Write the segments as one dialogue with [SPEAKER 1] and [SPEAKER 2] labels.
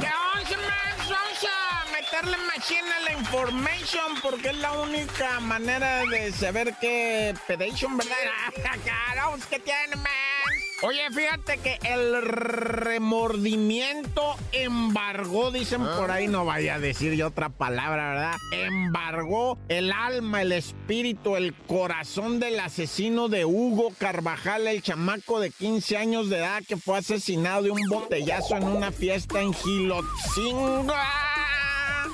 [SPEAKER 1] ¡Que once más! Vamos a meterle machina a la information porque es la única manera de saber qué pedation, ¿verdad? Claro, ¿qué tiene, man? Oye, fíjate que el remordimiento embargó, dicen por ahí, no vaya a decir yo otra palabra, ¿verdad? Embargó el alma, el espíritu, el corazón del asesino de Hugo Carvajal, el chamaco de 15 años de edad que fue asesinado de un botellazo en una fiesta en Gilotzinga.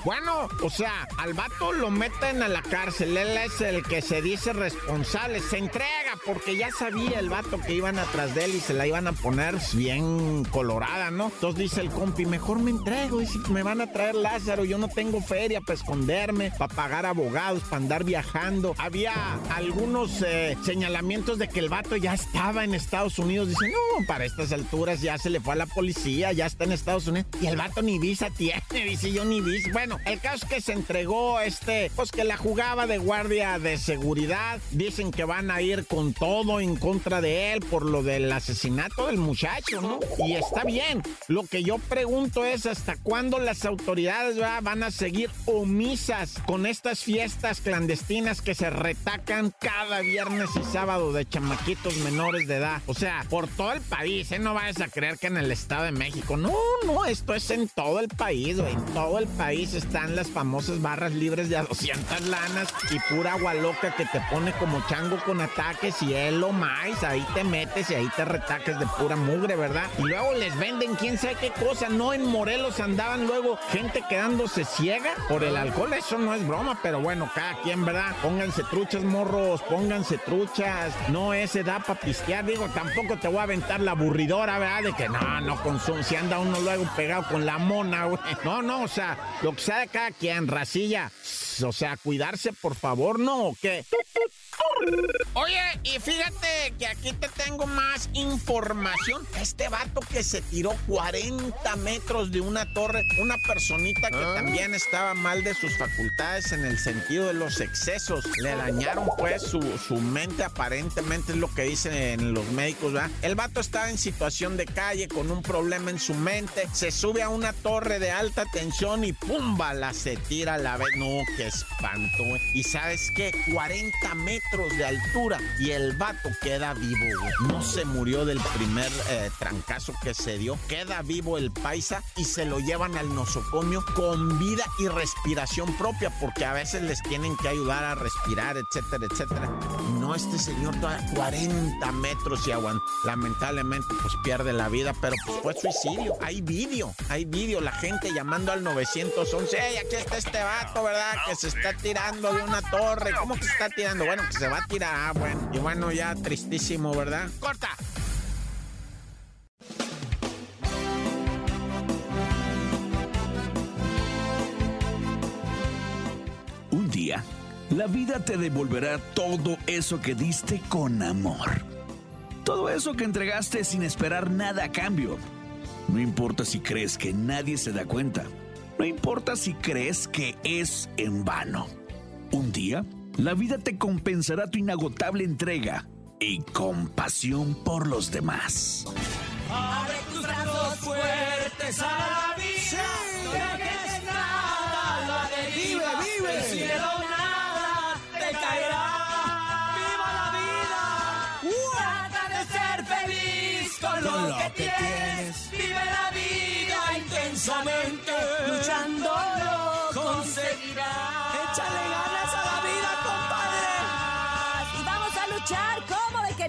[SPEAKER 1] Bueno, o sea, al vato lo meten a la cárcel. Él es el que se dice responsable. Se entrega porque ya sabía el vato que iban atrás de él y se la iban a poner bien colorada, ¿no? Entonces dice el compi, mejor me entrego. Dice, me van a traer Lázaro. Yo no tengo feria para esconderme, para pagar abogados, para andar viajando. Había algunos eh, señalamientos de que el vato ya estaba en Estados Unidos. Dice, no, para estas alturas ya se le fue a la policía, ya está en Estados Unidos. Y el vato ni visa tiene. Dice, yo ni visa. Bueno, bueno, el caso es que se entregó este, pues que la jugaba de guardia de seguridad. Dicen que van a ir con todo en contra de él por lo del asesinato del muchacho, ¿no? Y está bien. Lo que yo pregunto es hasta cuándo las autoridades ¿verdad? van a seguir omisas con este estas fiestas clandestinas que se retacan cada viernes y sábado de chamaquitos menores de edad. O sea, por todo el país, ¿eh? No vayas a creer que en el Estado de México. No, no, esto es en todo el país, güey, en todo el país están las famosas barras libres de a 200 lanas y pura agua loca que te pone como chango con ataques y él lo más, ahí te metes y ahí te retaques de pura mugre, ¿verdad? Y luego les venden quién sabe qué cosa, no en Morelos andaban luego gente quedándose ciega por el alcohol, eso no es broma, pero bueno, cada quien, ¿verdad? Pónganse truchas, morros, pónganse truchas, no es edad para pistear, digo, tampoco te voy a aventar la aburridora, ¿verdad? De que no, no consume, si anda uno luego pegado con la mona, güey. No, no, o sea, lo que sea de cada quien, racilla. O sea, cuidarse, por favor, ¿no? ¿O qué? Oye, y fíjate que aquí te tengo más información. Este vato que se tiró 40 metros de una torre, una personita que también estaba mal de sus facultades en el sentido de los excesos. Le dañaron pues su, su mente, aparentemente es lo que dicen los médicos, ¿verdad? El vato estaba en situación de calle con un problema en su mente, se sube a una torre de alta tensión y pumba, la se tira a la vez. No, qué espanto, güey. Y sabes qué, 40 metros de altura y el vato queda vivo, güey. No se murió del primer eh, trancazo que se dio. Queda vivo el paisa y se lo llevan al nosocomio con vida y respiración propia, porque a veces les tienen que ayudar a respirar, etcétera, etcétera. No, este señor todavía 40 metros y aguanta. Lamentablemente, pues pierde la vida, pero pues fue suicidio. Hay vídeo, hay vídeo. La gente llamando al 911. ¡Ey, aquí está este vato, ¿verdad? Que se está tirando de una torre. ¿Cómo que se está tirando? Bueno, que se va a tirar. Ah, bueno. Y bueno, ya tristísimo, ¿verdad? ¡Corta!
[SPEAKER 2] Un día, la vida te devolverá todo eso que diste con amor. Todo eso que entregaste sin esperar nada a cambio. No importa si crees que nadie se da cuenta. No importa si crees que es en vano. Un día, la vida te compensará tu inagotable entrega y compasión por los demás.
[SPEAKER 3] Abre tus brazos fuertes a la vida. No dejes nada a la deriva.
[SPEAKER 4] vive!
[SPEAKER 3] Del cielo nada te caerá. ¡Viva la vida! Trata de ser feliz con lo, que, tienes. Vive la vida intensamente. Luchándolo conseguirás. Échale ganas a la vida, compadre.
[SPEAKER 5] Y vamos a luchar, ¿cómo de que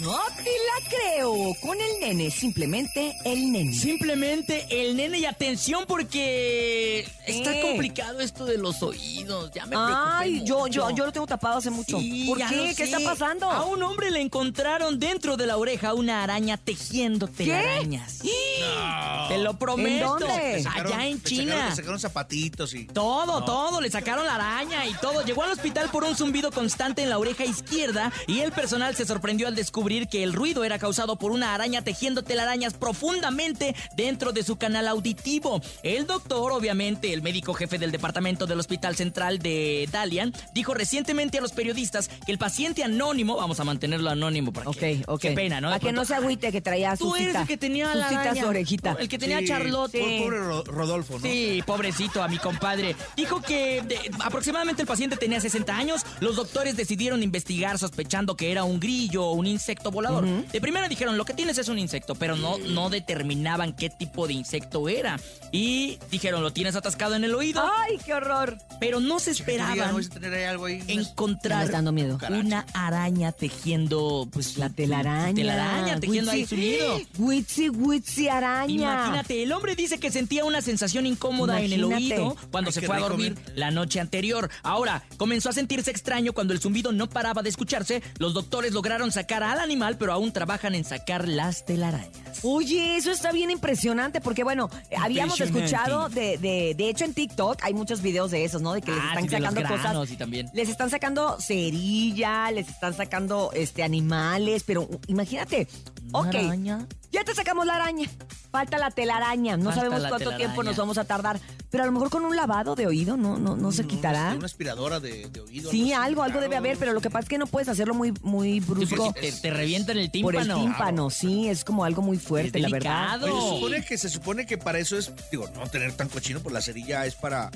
[SPEAKER 5] No te la creo. Con el nene, simplemente el nene.
[SPEAKER 3] Simplemente el nene y atención porque está
[SPEAKER 5] ¿Qué?
[SPEAKER 3] complicado esto de los oídos. Ya me preocupé
[SPEAKER 5] Ay, yo, yo,
[SPEAKER 3] mucho.
[SPEAKER 5] yo lo tengo tapado hace mucho.
[SPEAKER 3] Sí,
[SPEAKER 5] ¿Por
[SPEAKER 3] ya
[SPEAKER 5] qué?
[SPEAKER 3] lo
[SPEAKER 5] ¿Qué está
[SPEAKER 3] sé.
[SPEAKER 5] pasando?
[SPEAKER 3] A un hombre le encontraron dentro de la oreja una araña tejiendo telarañas. Te lo prometo.
[SPEAKER 5] dónde?
[SPEAKER 3] Allá en China.
[SPEAKER 6] Se sacaron zapatitos y.
[SPEAKER 3] Todo, todo, le sacaron la araña y todo. Llegó al hospital por un zumbido constante en la oreja izquierda y el personal se sorprendió al descubrir que el ruido era causado por una araña tejiendo telarañas profundamente dentro de su canal auditivo. El doctor, obviamente, el médico jefe del departamento del Hospital Central de Dalian, dijo recientemente a los periodistas que el paciente anónimo, vamos a mantenerlo anónimo para
[SPEAKER 5] Ok,
[SPEAKER 3] que
[SPEAKER 5] ok.
[SPEAKER 3] qué pena, ¿no? De
[SPEAKER 5] Para que no
[SPEAKER 3] pronto,
[SPEAKER 5] se agüite que traía su
[SPEAKER 3] Tú eres el que tenía la araña.
[SPEAKER 5] orejita.
[SPEAKER 3] El que tenía
[SPEAKER 6] Sí,
[SPEAKER 3] a Charlotte.
[SPEAKER 6] pobre- Pobre Ro- Rodolfo, ¿no?
[SPEAKER 3] Sí, pobrecito a mi compadre. Dijo que de- aproximadamente el paciente tenía 60 años. Los doctores decidieron investigar sospechando que era un grillo o un insecto volador. De primera dijeron, lo que tienes es un insecto, pero no, no determinaban qué tipo de insecto era. Y dijeron, lo tienes atascado en el oído,
[SPEAKER 5] Ay, qué horror.
[SPEAKER 3] pero no se
[SPEAKER 6] Que te digan,
[SPEAKER 3] esperaban
[SPEAKER 6] "Oye, tener ahí algo ahí. unas-
[SPEAKER 5] Me
[SPEAKER 3] encontrar
[SPEAKER 5] está dando miedo.
[SPEAKER 3] una araña tejiendo pues
[SPEAKER 5] La
[SPEAKER 3] su-
[SPEAKER 5] telaraña.
[SPEAKER 3] telaraña tejiendo ahí su nido.
[SPEAKER 5] Witsi, witsi, araña.
[SPEAKER 3] Imagínate, el hombre dice que sentía una sensación incómoda en el
[SPEAKER 5] Imagínate.
[SPEAKER 3] oído cuando
[SPEAKER 6] Ay,
[SPEAKER 3] se
[SPEAKER 6] qué
[SPEAKER 3] fue a
[SPEAKER 6] rico,
[SPEAKER 3] dormir la noche anterior. Ahora, comenzó a sentirse extraño cuando el zumbido no paraba de escucharse. Los doctores lograron sacar al animal, pero aún trabajan en sacar las telarañas.
[SPEAKER 5] Oye, eso está bien impresionante porque, bueno, eh, habíamos
[SPEAKER 3] Impresionante.
[SPEAKER 5] escuchado de, de, de hecho en TikTok hay muchos videos de esos, ¿no? De que les
[SPEAKER 3] Ah,
[SPEAKER 5] están
[SPEAKER 3] sí, de los
[SPEAKER 5] sacando
[SPEAKER 3] granos
[SPEAKER 5] cosas.
[SPEAKER 3] y también.
[SPEAKER 5] Les están sacando cerilla, les están sacando este animales, pero uh, imagínate,
[SPEAKER 3] Una
[SPEAKER 5] ok,
[SPEAKER 3] araña.
[SPEAKER 5] ya te sacamos la araña, falta la telaraña, no
[SPEAKER 3] Falta
[SPEAKER 5] sabemos
[SPEAKER 3] la
[SPEAKER 5] cuánto tiempo
[SPEAKER 3] telaraña.
[SPEAKER 5] nos vamos a tardar, pero a lo mejor con un lavado de oído no, no, no se
[SPEAKER 6] unas-
[SPEAKER 5] quitará.
[SPEAKER 6] este, Una aspiradora de, de oído. así,
[SPEAKER 5] Sí, algo, algo debe
[SPEAKER 6] claro,
[SPEAKER 5] haber, pero lo que pasa es que no puedes hacerlo muy, muy
[SPEAKER 3] Sí,
[SPEAKER 5] brusco
[SPEAKER 3] porque te, te revientan el
[SPEAKER 5] por
[SPEAKER 3] tímpano. ah,
[SPEAKER 5] el tímpano, sí, es como algo muy fuerte, la verdad.
[SPEAKER 6] Oye,
[SPEAKER 3] delicado.
[SPEAKER 6] se supone que se supone que para eso es, digo, no tener tan cochino, pues la cerilla es para.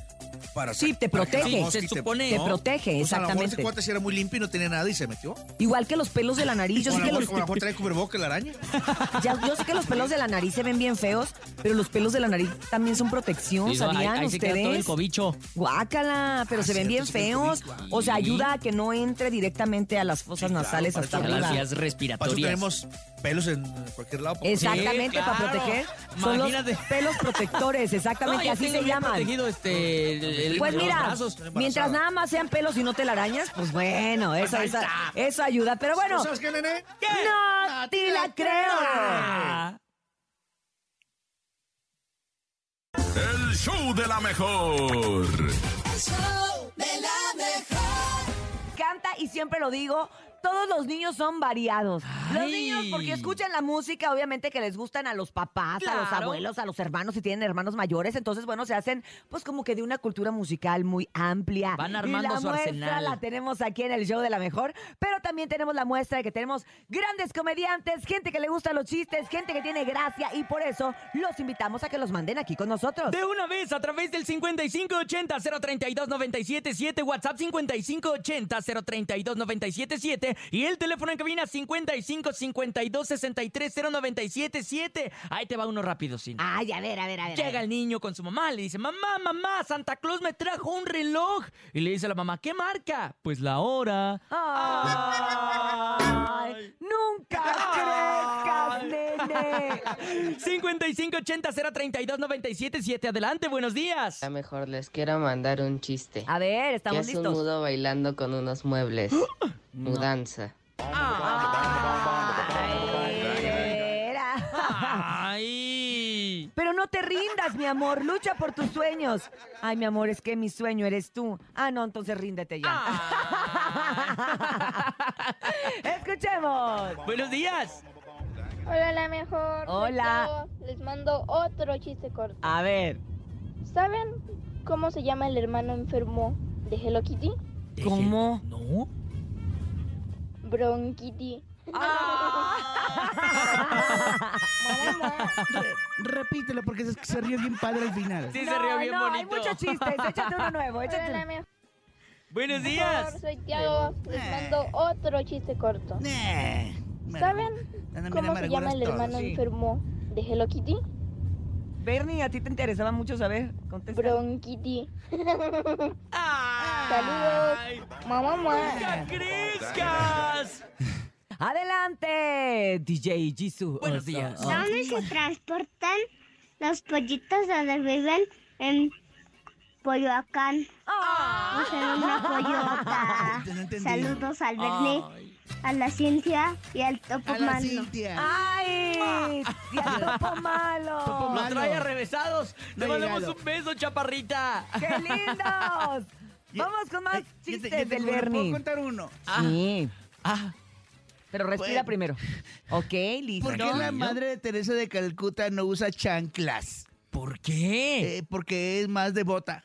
[SPEAKER 6] para
[SPEAKER 5] Sí,
[SPEAKER 6] sac-
[SPEAKER 5] te
[SPEAKER 6] para que la
[SPEAKER 5] protege.
[SPEAKER 6] mosca
[SPEAKER 3] Se
[SPEAKER 6] y te-
[SPEAKER 3] supone-
[SPEAKER 5] Te
[SPEAKER 3] ¿no?
[SPEAKER 5] protege,
[SPEAKER 6] Pues, a lo mejor
[SPEAKER 5] exactamente.
[SPEAKER 6] ese cuate sí era muy limpio y no tenía nada y se metió.
[SPEAKER 5] Igual que los pelos de la nariz. Yo
[SPEAKER 6] O a
[SPEAKER 5] sé
[SPEAKER 6] lo
[SPEAKER 5] que
[SPEAKER 6] mejor-
[SPEAKER 5] los,
[SPEAKER 6] o a lo mejor trae cubreboca la araña.
[SPEAKER 5] ya- yo sé que los pelos de la nariz se ven bien feos, pero los pelos de la nariz también son protección,
[SPEAKER 3] Sí, no, ahí,
[SPEAKER 5] ¿sabían
[SPEAKER 3] ahí se queda todo el
[SPEAKER 5] ustedes?
[SPEAKER 3] cobicho.
[SPEAKER 5] Guácala, pero
[SPEAKER 6] Ah,
[SPEAKER 5] se
[SPEAKER 6] cierto,
[SPEAKER 5] ven bien
[SPEAKER 6] se queda el
[SPEAKER 5] feos.
[SPEAKER 6] cobicho.
[SPEAKER 5] O sea,
[SPEAKER 3] Sí.
[SPEAKER 5] ayuda a que no entre directamente a las fosas
[SPEAKER 6] claro,
[SPEAKER 5] nasales
[SPEAKER 6] para
[SPEAKER 5] hasta
[SPEAKER 6] eso-
[SPEAKER 3] Para las
[SPEAKER 5] arriba.
[SPEAKER 6] Para
[SPEAKER 3] vías
[SPEAKER 6] eso
[SPEAKER 3] respiratorias.
[SPEAKER 6] tenemos pelos en cualquier lado.
[SPEAKER 3] Sí,
[SPEAKER 5] Exactamente, para
[SPEAKER 3] claro.
[SPEAKER 5] proteger. Son
[SPEAKER 3] Imagínate.
[SPEAKER 5] los pelos protectores,
[SPEAKER 3] No,
[SPEAKER 5] exactamente,
[SPEAKER 3] yo
[SPEAKER 5] así
[SPEAKER 3] tengo
[SPEAKER 5] se
[SPEAKER 3] bien
[SPEAKER 5] llaman.
[SPEAKER 3] protegido, este, el- el-
[SPEAKER 5] Pues
[SPEAKER 3] los
[SPEAKER 5] mira,
[SPEAKER 3] brazos.
[SPEAKER 5] mientras nada más sean pelos y no telarañas, pues bueno, eso, esa- eso ayuda. Pero bueno,
[SPEAKER 6] ¿No sabes qué, nene?
[SPEAKER 5] no te la creo.
[SPEAKER 7] El show de la mejor.
[SPEAKER 5] encanta y siempre lo digo. Todos los niños son variados. Los
[SPEAKER 3] Ay.
[SPEAKER 5] niños porque escuchan la música, obviamente que les gustan a los papás, a los
[SPEAKER 3] Claro.
[SPEAKER 5] abuelos, a los hermanos si tienen hermanos mayores, entonces bueno, se hacen pues como que de una cultura musical muy amplia.
[SPEAKER 3] Van armando
[SPEAKER 5] y la
[SPEAKER 3] su
[SPEAKER 5] muestra
[SPEAKER 3] arsenal.
[SPEAKER 5] La tenemos aquí en el show de la mejor, pero también tenemos la muestra de que tenemos grandes comediantes, gente que le gustan los chistes, gente que tiene gracia y por eso los invitamos a que los manden aquí con nosotros.
[SPEAKER 3] De una vez a través del 5580-032-977, WhatsApp 5580-032-977 y el teléfono en cabina 5552-630977. Ahí te va uno rápido, sin.
[SPEAKER 5] Ay, a ver, a ver, Ah, a ver. a
[SPEAKER 3] Llega
[SPEAKER 5] ver.
[SPEAKER 3] el niño con su mamá, le dice, mamá, mamá, Santa Claus me trajo un reloj. Y le dice a la mamá, ¿qué marca? Pues la hora.
[SPEAKER 5] Ah. Ay,
[SPEAKER 3] Ay.
[SPEAKER 5] nunca crezcas, nene.
[SPEAKER 3] 5580-032-977, adelante, buenos días.
[SPEAKER 8] Ya mejor les quiero mandar un chiste.
[SPEAKER 5] A ver,
[SPEAKER 8] ¿Qué
[SPEAKER 5] Ah, estamos
[SPEAKER 8] hace un
[SPEAKER 5] listos.
[SPEAKER 8] mudo bailando con unos muebles? Mudanza.
[SPEAKER 5] Ay, era.
[SPEAKER 3] Ay.
[SPEAKER 5] Pero no te rindas, mi amor. Lucha por tus sueños. Ay, mi amor, es que mi sueño eres tú. Ah, no, entonces ríndete ya.
[SPEAKER 3] Ah.
[SPEAKER 5] Escuchemos.
[SPEAKER 3] Buenos días.
[SPEAKER 9] Hola, la mejor. soy
[SPEAKER 5] Hola.
[SPEAKER 9] Clau. Les mando otro chiste corto.
[SPEAKER 5] A ver.
[SPEAKER 9] ¿Saben cómo se llama el hermano enfermo de Hello Kitty?
[SPEAKER 5] ¿Cómo?
[SPEAKER 3] No.
[SPEAKER 9] Bronquitty.
[SPEAKER 3] Ah,
[SPEAKER 10] Repítelo porque se, se rió bien padre al final.
[SPEAKER 3] Sí, se
[SPEAKER 5] No,
[SPEAKER 3] rió bien
[SPEAKER 5] no, hay
[SPEAKER 3] bonito.
[SPEAKER 5] muchos chistes. Échate uno nuevo.
[SPEAKER 9] Hola,
[SPEAKER 5] Échate
[SPEAKER 9] la
[SPEAKER 5] uno.
[SPEAKER 9] mejor.
[SPEAKER 3] Buenos días.
[SPEAKER 9] Soy Tiago. Les mando otro chiste corto.
[SPEAKER 10] Eh, me-
[SPEAKER 9] ¿Saben
[SPEAKER 10] andan bien
[SPEAKER 9] cómo se
[SPEAKER 10] amarguras
[SPEAKER 9] llama el
[SPEAKER 10] todos.
[SPEAKER 9] hermano
[SPEAKER 5] sí.
[SPEAKER 9] enfermo de Hello Kitty?
[SPEAKER 5] Bernie, a ti te interesaba mucho saber. Contesta.
[SPEAKER 9] Bronquitty.
[SPEAKER 3] Ay.
[SPEAKER 5] Ah.
[SPEAKER 9] Saludos. Mamá, mamá.
[SPEAKER 3] ¡Nunca crezcas!
[SPEAKER 5] Adelante, DJ Jisoo.
[SPEAKER 11] Buenos días. ¿Dónde se transportan los pollitos donde viven en Polloacán? Pues en una
[SPEAKER 3] Ah.
[SPEAKER 11] pollota.
[SPEAKER 3] No entendí.
[SPEAKER 11] Saludos al Bernie, a la ciencia y al topo
[SPEAKER 3] A la
[SPEAKER 11] Mando.
[SPEAKER 3] Cintia.
[SPEAKER 5] ¡Ay! y al topo malo!
[SPEAKER 3] Topo Malo. Lo trae arrevesados. Te
[SPEAKER 5] No
[SPEAKER 3] mandamos
[SPEAKER 5] llegado.
[SPEAKER 3] un beso, chaparrita.
[SPEAKER 5] ¡Qué lindos! Vamos con
[SPEAKER 6] Eh,
[SPEAKER 5] más chistes del Bernie.
[SPEAKER 6] uno?
[SPEAKER 5] Sí.
[SPEAKER 3] Ah,
[SPEAKER 5] Pero respira
[SPEAKER 6] Bueno.
[SPEAKER 5] primero. Ok, listo.
[SPEAKER 6] ¿Por qué la madre de Teresa de Calcuta no usa chanclas? ¿Por qué? porque es más devota.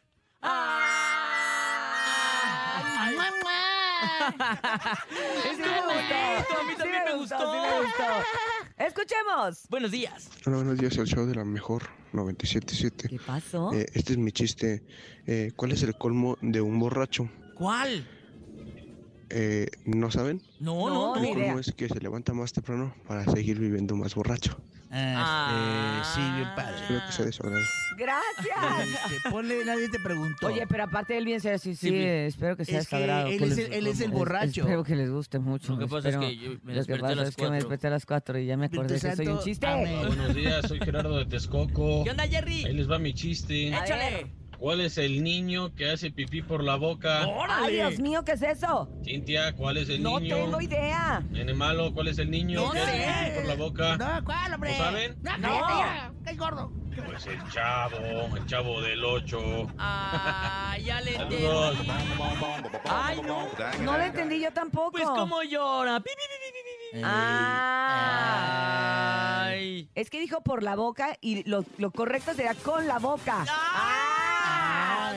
[SPEAKER 3] Estuvo bonito, a mí también me gustó.
[SPEAKER 5] Escuchemos.
[SPEAKER 3] Buenos días.
[SPEAKER 12] Hola, buenos días, el show de la mejor 97.7.
[SPEAKER 5] ¿Qué pasó?
[SPEAKER 12] este es mi chiste. Eh, ¿Cuál es el colmo de un borracho?
[SPEAKER 3] ¿Cuál?
[SPEAKER 12] Eh, ¿No saben?
[SPEAKER 3] No, no, no.
[SPEAKER 12] El colmo es que se levanta más temprano para seguir viviendo más borracho.
[SPEAKER 6] Ah, este, sí, bien padre. Este,
[SPEAKER 12] Espero que
[SPEAKER 3] Ah.
[SPEAKER 12] sea de su agrado.
[SPEAKER 6] Ah.
[SPEAKER 5] Gracias.
[SPEAKER 6] Ponle, nadie te preguntó.
[SPEAKER 5] Oye, pero aparte él bien se sí, sí,
[SPEAKER 6] Sí, bien.
[SPEAKER 5] eh, espero que sea
[SPEAKER 6] Es que
[SPEAKER 5] sagrado.
[SPEAKER 6] él es el- él es el borracho.
[SPEAKER 5] Espero que les guste mucho.
[SPEAKER 13] Lo que pasa es
[SPEAKER 5] espero-
[SPEAKER 13] que yo me
[SPEAKER 5] lo
[SPEAKER 13] desperté a
[SPEAKER 5] pasa
[SPEAKER 13] las
[SPEAKER 5] es que me
[SPEAKER 13] cuatro.
[SPEAKER 5] desperté a las 4 y ya me acordé que soy un chiste.
[SPEAKER 13] Buenos días, soy Gerardo de Texcoco.
[SPEAKER 5] ¿Qué onda,
[SPEAKER 3] Jerry?
[SPEAKER 13] Ahí les va mi chiste.
[SPEAKER 5] A ver.
[SPEAKER 13] ¿Cuál es el niño que hace pipí por la boca?
[SPEAKER 5] ¡Ay, Dios mío, qué es eso!
[SPEAKER 13] Cintia, ¿cuál es el
[SPEAKER 5] No
[SPEAKER 13] niño?
[SPEAKER 5] tengo idea.
[SPEAKER 13] Nene malo, ¿cuál es el niño
[SPEAKER 5] No
[SPEAKER 13] que hace
[SPEAKER 5] sé.
[SPEAKER 13] pipí por la boca?
[SPEAKER 6] No, ¿cuál, hombre?
[SPEAKER 13] ¿No saben?
[SPEAKER 6] No,
[SPEAKER 3] No.
[SPEAKER 6] cállate ya, ¡Qué gordo!
[SPEAKER 13] Pues el chavo, el chavo del 8.
[SPEAKER 3] Ah, ya le entendí.
[SPEAKER 13] Saludos.
[SPEAKER 3] Ay, no.
[SPEAKER 5] No lo entendí yo tampoco.
[SPEAKER 3] Pues cómo llora. Pi, pi,
[SPEAKER 5] Ah. Es que dijo por la boca y lo, lo correcto sería con la boca.
[SPEAKER 13] ¡Ah!
[SPEAKER 5] Ah.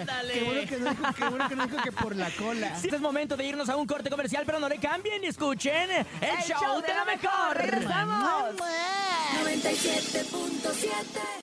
[SPEAKER 3] ándale.
[SPEAKER 6] Qué bueno que no dijo, qué bueno que no dijo que por la cola.
[SPEAKER 3] Sí, es momento de irnos a un corte comercial, pero no le cambien y escuchen el,
[SPEAKER 5] El
[SPEAKER 3] show de la mejor.
[SPEAKER 5] ¡Regresamos!
[SPEAKER 3] 97.7